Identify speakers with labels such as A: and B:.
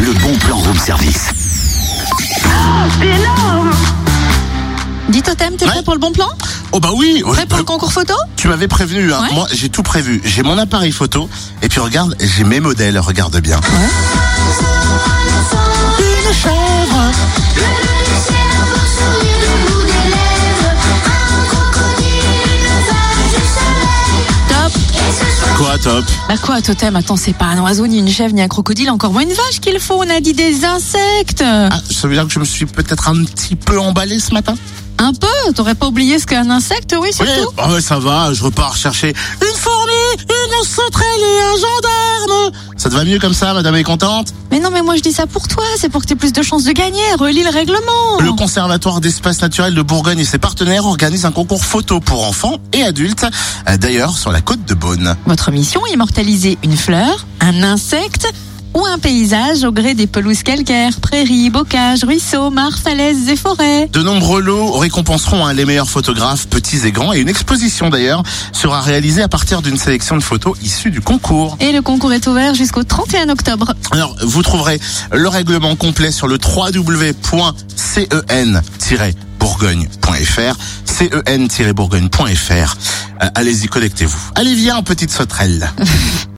A: le bon plan room service.
B: C'est énorme
C: Dis Totem, t'es
D: Ouais.
C: prêt pour le bon plan
D: Oh bah oui
C: Prêt pour le concours photo
D: Tu m'avais prévenu, hein.
C: Ouais.
D: moi j'ai tout prévu. J'ai mon appareil photo et puis regarde, j'ai mes modèles, regarde bien. Une chèvre
C: Top
D: Quoi top
C: Bah quoi, Totem Attends, c'est pas un oiseau, ni une chèvre, ni un crocodile, encore moins une vache qu'il faut. On a dit des insectes
D: ah, Ça veut dire que je me suis peut-être un petit peu emballé ce matin
C: Un peu T'aurais pas oublié ce qu'est un insecte, oui, c'est
D: Ouais,
C: tout
D: ah ouais, ça va, je repars chercher une fourmi, une sauterelle et un gendarme Ça te va mieux comme ça, madame est contente
C: Mais non, mais moi je dis ça pour toi, c'est pour que t'aies plus de chances de gagner. Relis le règlement
D: Le Conservatoire d'espace naturel de Bourgogne et ses partenaires organisent un concours photo pour enfants et adultes, euh, d'ailleurs sur la côte de Beaune.
C: Votre mission, immortaliser une fleur, un insecte ou un paysage au gré des pelouses calcaires, prairies, bocages, ruisseaux, mares, falaises et forêts.
D: De nombreux lots récompenseront hein, les meilleurs photographes, petits et grands, et une exposition d'ailleurs sera réalisée à partir d'une sélection de photos issues du concours.
C: Et le concours est ouvert jusqu'au 31 octobre.
D: Alors, vous trouverez le règlement complet sur le www.cen-bourgogne.fr, cen-bourgogne.fr. Euh, Allez-y, connectez-vous. Allez, viens, petite sauterelle.